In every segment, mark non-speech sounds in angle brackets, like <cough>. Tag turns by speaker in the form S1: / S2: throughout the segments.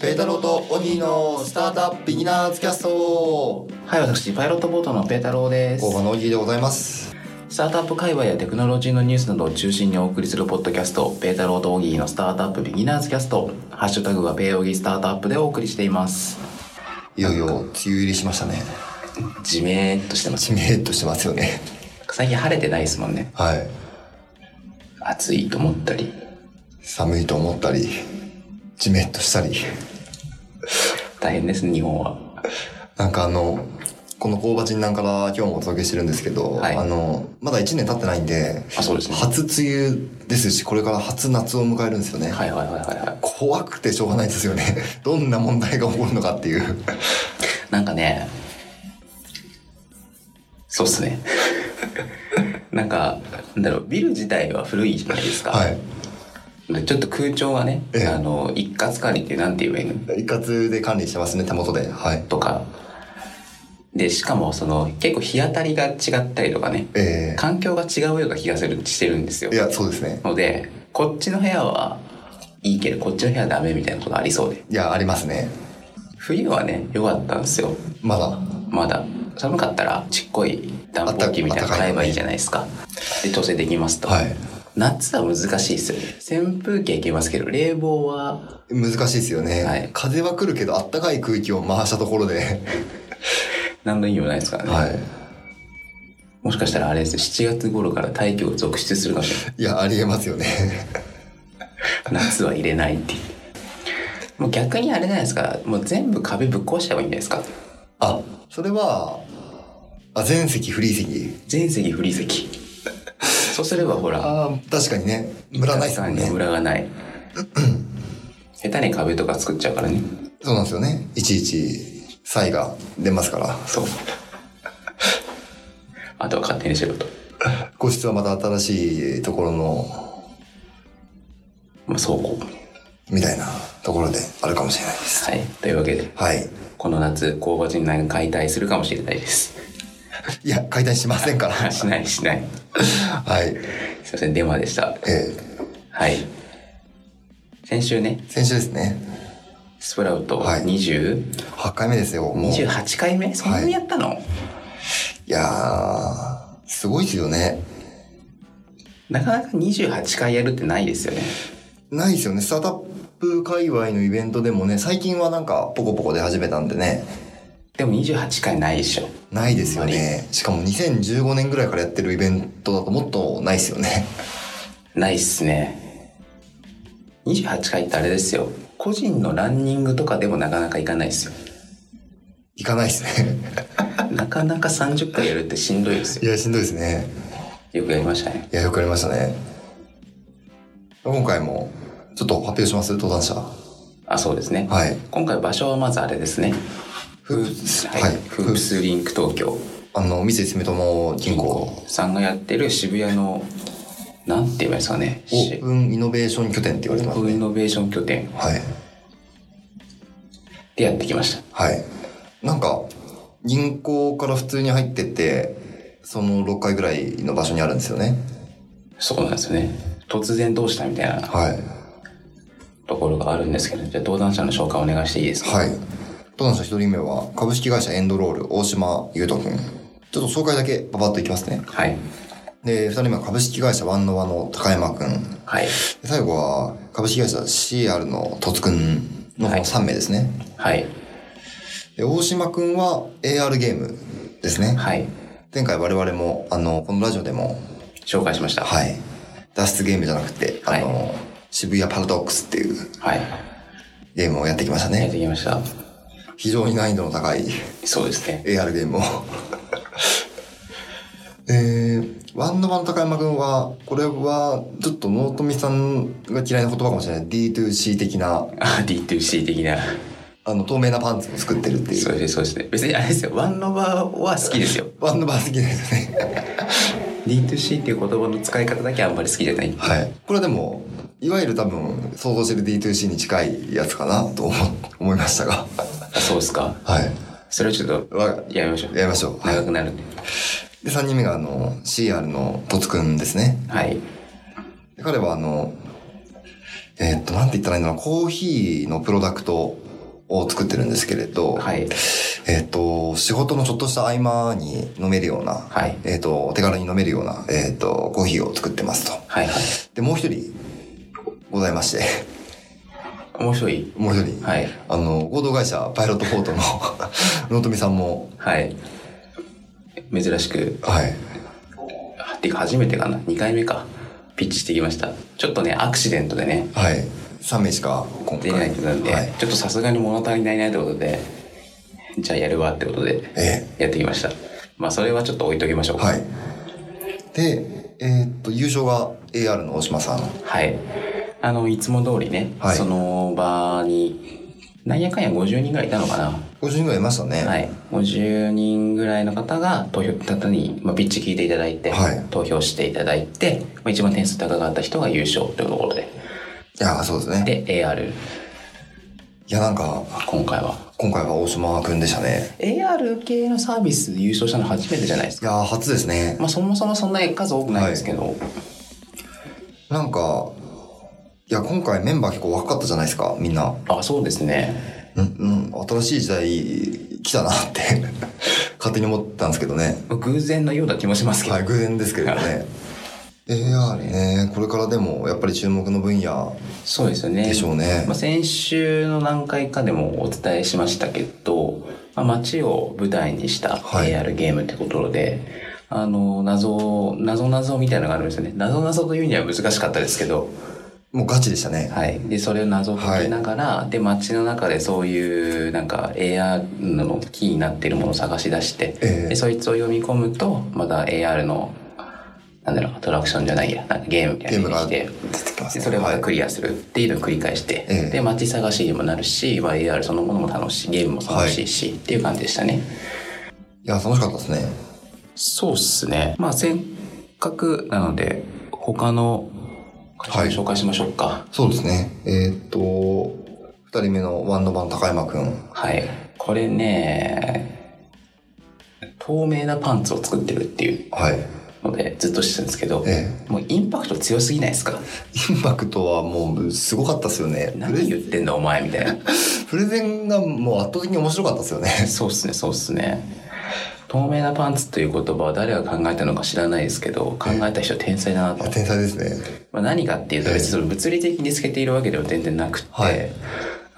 S1: ペータローとオニーのスタートアップビギナーズキャスト
S2: はい、私、パイロットボートのペータローです
S1: 後。半のオニーでございます
S2: スタートアップ界隈やテクノロジーのニュースなどを中心にお送りするポッドキャスト、ペータローとオギーのスタートアップビギナーズキャスト、ハッシュタグはペーオギスタートアップでお送りしています。
S1: いよいよ梅雨入りしましたね
S2: じめーっとしてます
S1: じ。めっとしてますよね
S2: 最近晴れてないですもんね。
S1: はい
S2: 暑いと思ったり。
S1: 寒いと思ったりじめっとしたり
S2: 大変ですね、日本は。
S1: なんかあのこの工場人南から今日もお届けしてるんですけど、
S2: はい
S1: あのまだ1年経ってないんで
S2: あ、そうですね。
S1: 初梅雨ですしこれから初夏を迎えるんですよね、
S2: はいはいはいはいはい。
S1: 怖くてしょうがないですよねどんな問題が起こるのかっていう
S2: なんかね、 <laughs> そうっすね。 <laughs> なんか、なんだろう、ビル自体は古いじゃないですか。
S1: はい
S2: でちょっと空調はね、
S1: ええ
S2: あの一括管理ってなんて言えばいいの
S1: 一括で管理してますね手元ではい
S2: とかでしかもその結構日当たりが違ったりとかね
S1: ええ
S2: 環境が違うような気がするしてるんですよ
S1: いやそうですね
S2: のでこっちの部屋はいいけどこっちの部屋はダメみたいなことありそうで
S1: いやありますね
S2: 冬はね良かったんですよ
S1: まだ
S2: まだ寒かったらちっこい暖房機みたいなの買えばいいじゃないですかで調整できますと、
S1: はい
S2: 夏は難しいですよね扇風機はいけますけど冷房は
S1: 難しいですよね、
S2: はい
S1: 風は来るけどあったかい空気を回したところで
S2: 何の意味もないですからね、
S1: はい
S2: もしかしたらあれです7月頃から大気を続出するかもしれない
S1: <laughs> いやありえますよね
S2: 夏は入れないっていうもう逆にあれじゃないですかもう全部壁ぶっ壊しちゃえばいいんじゃないですか
S1: あそれはあ全席フリー席
S2: 全席フリー席そうすればほら
S1: あー確かにねムラないですもんね
S2: にムラがない下手に壁とか作っちゃうからね
S1: そうなんですよねいちいち差異が出ますから
S2: そうあとは勝手にしろと、
S1: 個室はまた新しいところの
S2: まあ、そうこう
S1: みたいなところであるかもしれないです
S2: はいというわけで
S1: はい
S2: この夏工場人内が解体するかもしれないです
S1: いや解体しませんから
S2: しないしない
S1: はい
S2: すいませんデマでした
S1: え
S2: はい先週ね
S1: ー、先週ですね
S2: スプラウト
S1: はい
S2: 2028、
S1: 8回目ですよもうい
S2: 28回目そんなにやったの、
S1: やーすごいですよね
S2: なかなか28回やるってないですよね
S1: ないですよねスタートアップ界隈のイベントでもね最近はなんかポコポコ出始めたんでね
S2: でも28回ないでしょ
S1: ないですよねしかも2015年ぐらいからやってるイベントだともっとないですよね <laughs>
S2: ないっすね28回ってあれですよ個人のランニングとかでもなかなかいかないですよ
S1: いかないですね <laughs>
S2: なかなか30回やるってしんどいです
S1: い
S2: よ
S1: やしんどいですね
S2: よくやりましたね
S1: いや、よくやりましたね。今回も、ちょっと発表します登壇者。
S2: あそうですね、
S1: はい。
S2: 今回場所はまずあれですね
S1: フ
S2: フープス、
S1: はい
S2: はい、
S1: フープス
S2: フープスリンク東京
S1: あの、三井住友銀行、
S2: さんがやってる渋谷のなんて言えばいいんですかね
S1: オープンイノベーション拠点って言われてます
S2: オープンイ
S1: ね。
S2: ノベーション拠点
S1: はい。
S2: でやってきました
S1: はい。なんか、銀行から普通に入ってって、その6階ぐらいの場所にあるんですよね。
S2: そうなんですよね突然どうしたみたいな
S1: はい。
S2: ところがあるんですけどじゃあ登壇者の紹介お願いしていいですか
S1: はい。登壇者1人目は、株式会社エンドロール、大島優斗くん。ちょっと紹介だけパパッといきますね。
S2: はい
S1: で、2人目は株式会社ワンノワの高山くん。
S2: はい
S1: で最後は株式会社 CR のとつくんの
S2: はい
S1: 3名ですね、
S2: はい
S1: で大島くんは AR ゲームですね、
S2: はい
S1: 前回我々もあのこのラジオでも
S2: 紹介しましたい、
S1: はい脱出ゲームじゃなくて、
S2: はい
S1: あの渋谷パラドックスっていう
S2: はい、
S1: ゲームをやってきました
S2: やっ
S1: ね
S2: てきました
S1: 非常に難易度の高い
S2: そうですね
S1: AR ゲームを <laughs> えー、ワンのワン高山くんは、これは、ちょっと納富さんが嫌いな言葉かもしれない。D2C 的な、
S2: あ D2C 的な
S1: あの、透明なパンツを作ってるっていう
S2: そう。ですねそうですね別にあれですよワンノバは好きですよ
S1: ワンドバー好きですね。
S2: D2C っていう言葉の使い方だけあんまり好きじゃない
S1: はい。これはでも、いわゆる多分、想像してる D2C に近いやつかなと思思いましたが。
S2: あそうですか
S1: はい。
S2: それはちょっと
S1: わ
S2: やめましょう
S1: やりましょう。はい
S2: 長くなるんで
S1: で、3人目が、あの、CR のとつくんですね。
S2: はい
S1: で彼は、あの、えーっと、なんて言ったらいいんだろう。コーヒーのプロダクトを作ってるんですけれど、
S2: はい。
S1: えっ、と、仕事のちょっとした合間に飲めるような、
S2: はい。
S1: えっ、と、手軽に飲めるような、えっ、と、コーヒーを作ってますと。
S2: はい。
S1: で、もう一人、ございまして、 <laughs>
S2: もう一人。
S1: もう一人、
S2: はい。
S1: あの、合同会社パイロットフォートの、納富さんも、
S2: はい。珍しく、
S1: はい。
S2: あてか初めてかな。2回目か。ピッチしてきました。ちょっとね、アクシデントでね、
S1: はい。3名しか、今
S2: 出
S1: 回。
S2: れないってことなんで、
S1: はい。
S2: ちょっとさすがに物足りないなってことで、じゃあやるわってことで、
S1: え
S2: やってきました。まあ、それはちょっと置いときましょう
S1: え
S2: か。
S1: はい。で、えっ、と、優勝が AR の大島さん。
S2: はい。あの、いつも通りね、
S1: はい
S2: その場に、なんやかんや50人ぐらいいたのかな。
S1: 50人ぐらいいましたね。
S2: はい、50人ぐらいの方が投票方に、まあ、ピッチ聞いていただいて、
S1: はい
S2: 投票していただいて、まあ、一番点数高かった人が優勝というところで
S1: いや、そうですね。
S2: で AR
S1: いや、なんか、
S2: 今回は
S1: 今回は大島くんでしたね。
S2: AR 系のサービス優勝したの初めてじゃないです
S1: い
S2: か、
S1: や、初ですね。
S2: まあ、そもそもそんな数多くないんですけど、
S1: なんか、いや、今回メンバー結構若かったじゃないですか、みんな。
S2: あそうですね
S1: うん、うん、新しい時代来たなって、 <laughs> 勝手に思ったんですけどね。
S2: 偶然のような気もしますけど、
S1: はい、偶然ですけれどね。AR ね、これからでもやっぱり注目の分野
S2: そうですよね
S1: でしょうね
S2: まあ、。先週の何回かでもお伝えしましたけど、まあ、街を舞台にした
S1: はい
S2: AR ゲームってことで、あの、謎、謎謎みたいなのがあるんですよね。謎謎というには難しかったですけど、
S1: もうガチでしたね。
S2: はい。で、それを謎解きながら、で、街の中でそういう、なんか AR のキーになっているものを探し出して、
S1: え
S2: で、
S1: え
S2: そいつを読み込むと、まだ AR の、なんだろう、アトラクションじゃないや、なんかゲームみたい
S1: ゲー
S2: な
S1: ム
S2: のが
S1: が
S2: 来
S1: 出
S2: て
S1: て、きます
S2: で
S1: ね。
S2: それをま
S1: は
S2: た
S1: い
S2: クリアするっていうのを繰り返して、
S1: ええ
S2: で街探しにもなるし、まあ、AR そのものも楽しいゲームも楽しいし、っていう感じでしたね
S1: いや、楽しかったですね。
S2: そうっすねまあせっかくなので他の
S1: はい
S2: 紹介しましょうか
S1: そうですね。えーっと、二人目のワンドバン高山くん。
S2: はい、これね透明なパンツを作ってるっていう
S1: はい。
S2: のでずっとしてたんですけど
S1: え
S2: もうインパクト強すぎないですか
S1: え。インパクトはもうすごかったですよね。
S2: 何言ってんだお前みたいな
S1: プレゼンがもう圧倒的に面白かったですよね。
S2: そうっすね、そうっすね。透明なパンツという言葉は誰が考えたのか知らないですけど、考えた人は天才だなと
S1: いや。天才ですね。
S2: まあ、何かっていうと別にその物理的に透けているわけでは全然なくて、
S1: はい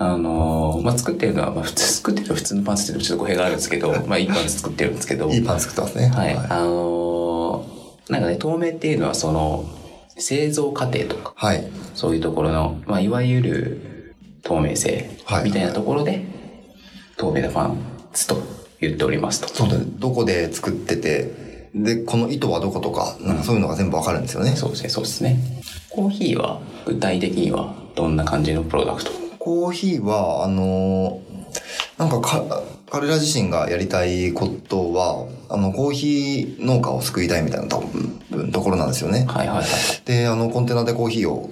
S2: あのーまあ、作ってるのは、まあ、普通、作ってるのは普通のパンツってちょっと語弊があるんですけど、まあ、いいパンツ作ってるんですけど、
S1: いいパン作ってますね。
S2: はい、あのーなんかね、透明っていうのはその、製造過程とか、
S1: はい。
S2: そういうところの、まあ、いわゆる透明性
S1: はい
S2: みたいなところで、透明なパンツと言っておりますと。
S1: そうだね。どこで作ってて、で、この意図はどことか、なんかそういうのが全部わかるんですよね。
S2: そうですね、そうですね。コーヒーは具体的にはどんな感じのプロダクト
S1: コーヒーは、あのーなんかか、彼ら自身がやりたいことは、あの、コーヒー農家を救いたいみたいなとところなんですよね。
S2: はいはいはい。
S1: で、あの、コンテナでコーヒーを、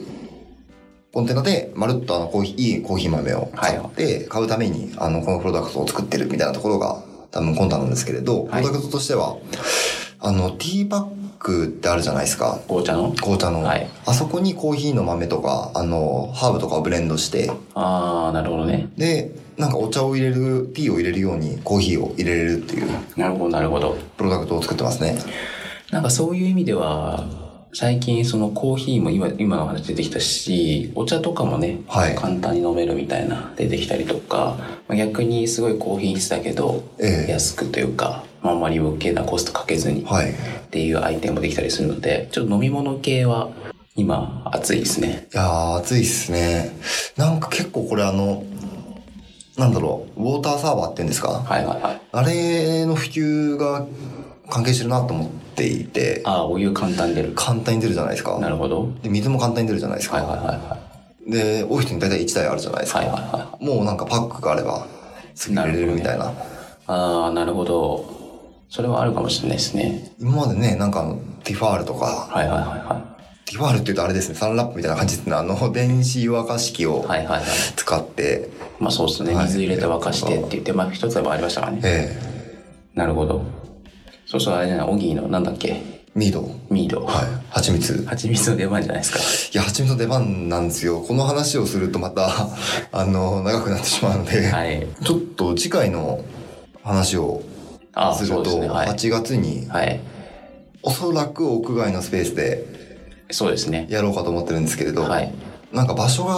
S1: コンテナでまるっとあのコーヒー、いいコーヒー豆を買って、買うために、あの、このプロダクトを作ってるみたいなところが、多分今度なんですけれど、
S2: はい
S1: プロダクトとしては、あの、ティーバッグってあるじゃないですか。
S2: 紅茶の
S1: 紅茶の、
S2: はい
S1: あそこにコーヒーの豆とか、あの、ハーブとかをブレンドして、
S2: ああ、なるほどね。
S1: で、なんかお茶を入れる、ティーを入れるようにコーヒーを入れれるっていう
S2: なるほど、なるほど。
S1: プロダクトを作ってますね。
S2: なんかそういう意味では、最近そのコーヒーも今、今の話出てきたし、お茶とかもね、
S1: はい。
S2: 簡単に飲めるみたいな出てきたりとか、まあ逆にすごい高品質だけど、
S1: ええ
S2: 安くというか、まあ、あんまり余計なコストかけずにっ
S1: はい。い
S2: ていうアイテムもできたりするので、ちょっと飲み物系は今熱いですね。
S1: やー、暑いっすね。なんか結構これあの、なんだろう、ウォーターサーバーって言うんですか
S2: はいはいはい。
S1: あれの普及が関係してるなと思っていて、
S2: ああ、お湯簡単に出るか。
S1: 簡単に出るじゃないですか。
S2: なるほど。
S1: で、水も簡単に出るじゃないですか。
S2: はいはいはいはい。
S1: で、多い人に大体1台あるじゃないですか。
S2: はいはいはい。
S1: もうなんかパックがあれば、すぐ入れれるみたいな。
S2: ああ、なるほど。それはあるかもしれないですね。
S1: 今までね、なんかあの、ティファールとか、
S2: はいはいはいは
S1: ティファールって言うとあれですね、サンラップみたいな感じですね。あの、電子湯沸かし器を
S2: い。はいはいはい。
S1: 使って、
S2: まあそうですね。
S1: はい
S2: 水入れて沸かしてって言って、まあ一つはありましたからね。
S1: ええ
S2: なるほど。そうそう、あれじゃない、オギーの、なんだっけ、
S1: ミード。
S2: ミード。
S1: はい。蜂蜜。
S2: 蜂蜜の出番じゃないです
S1: いや、蜂蜜の出番なんですよ。この話をするとまた、 <laughs> あの、長くなってしまうので、
S2: か。はい。
S1: ちょっと次回の話を
S2: あ、
S1: する
S2: そう
S1: と、
S2: ですね。はい。
S1: 8月に、
S2: はい。
S1: おそらく屋外のスペースで
S2: そうですね。
S1: やろうかと思ってるんですけれど、
S2: はい。
S1: なんか場所が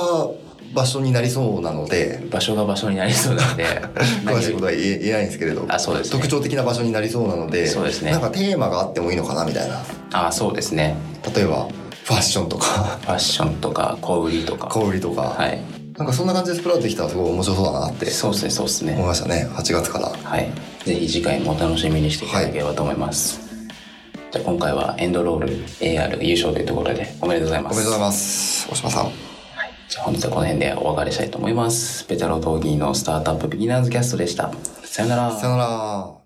S1: 場所になりそうなので、
S2: 場所が場所になりそうなので、
S1: <laughs> 詳しいことは言え言えないんですけれど、
S2: あそうですね
S1: 特徴的な場所になりそうなので、
S2: そうですね
S1: なんかテーマがあってもいいのかなみたいな。
S2: あ、そうですね。
S1: 例えば、ファッションとか、
S2: <laughs> ファッションとか、小売りとか。
S1: 小売りとか、
S2: はい。
S1: なんかそんな感じでスプラウトできたらすごい面白そうだなって
S2: そうですね、そうです
S1: 思い
S2: ね。
S1: ましたね。8月から。
S2: はい。ぜひ次回もお楽しみにしていただければと思います。じゃあ今回はエンドロール AR 優勝というところでおめでとうございま
S1: お
S2: す。
S1: めでとうございます。大島さん。
S2: じゃあ本日はこの辺でお別れしたいと思います。ペタロー・トーギーのスタートアップビギナーズキャストでした。さよなら
S1: さよなら。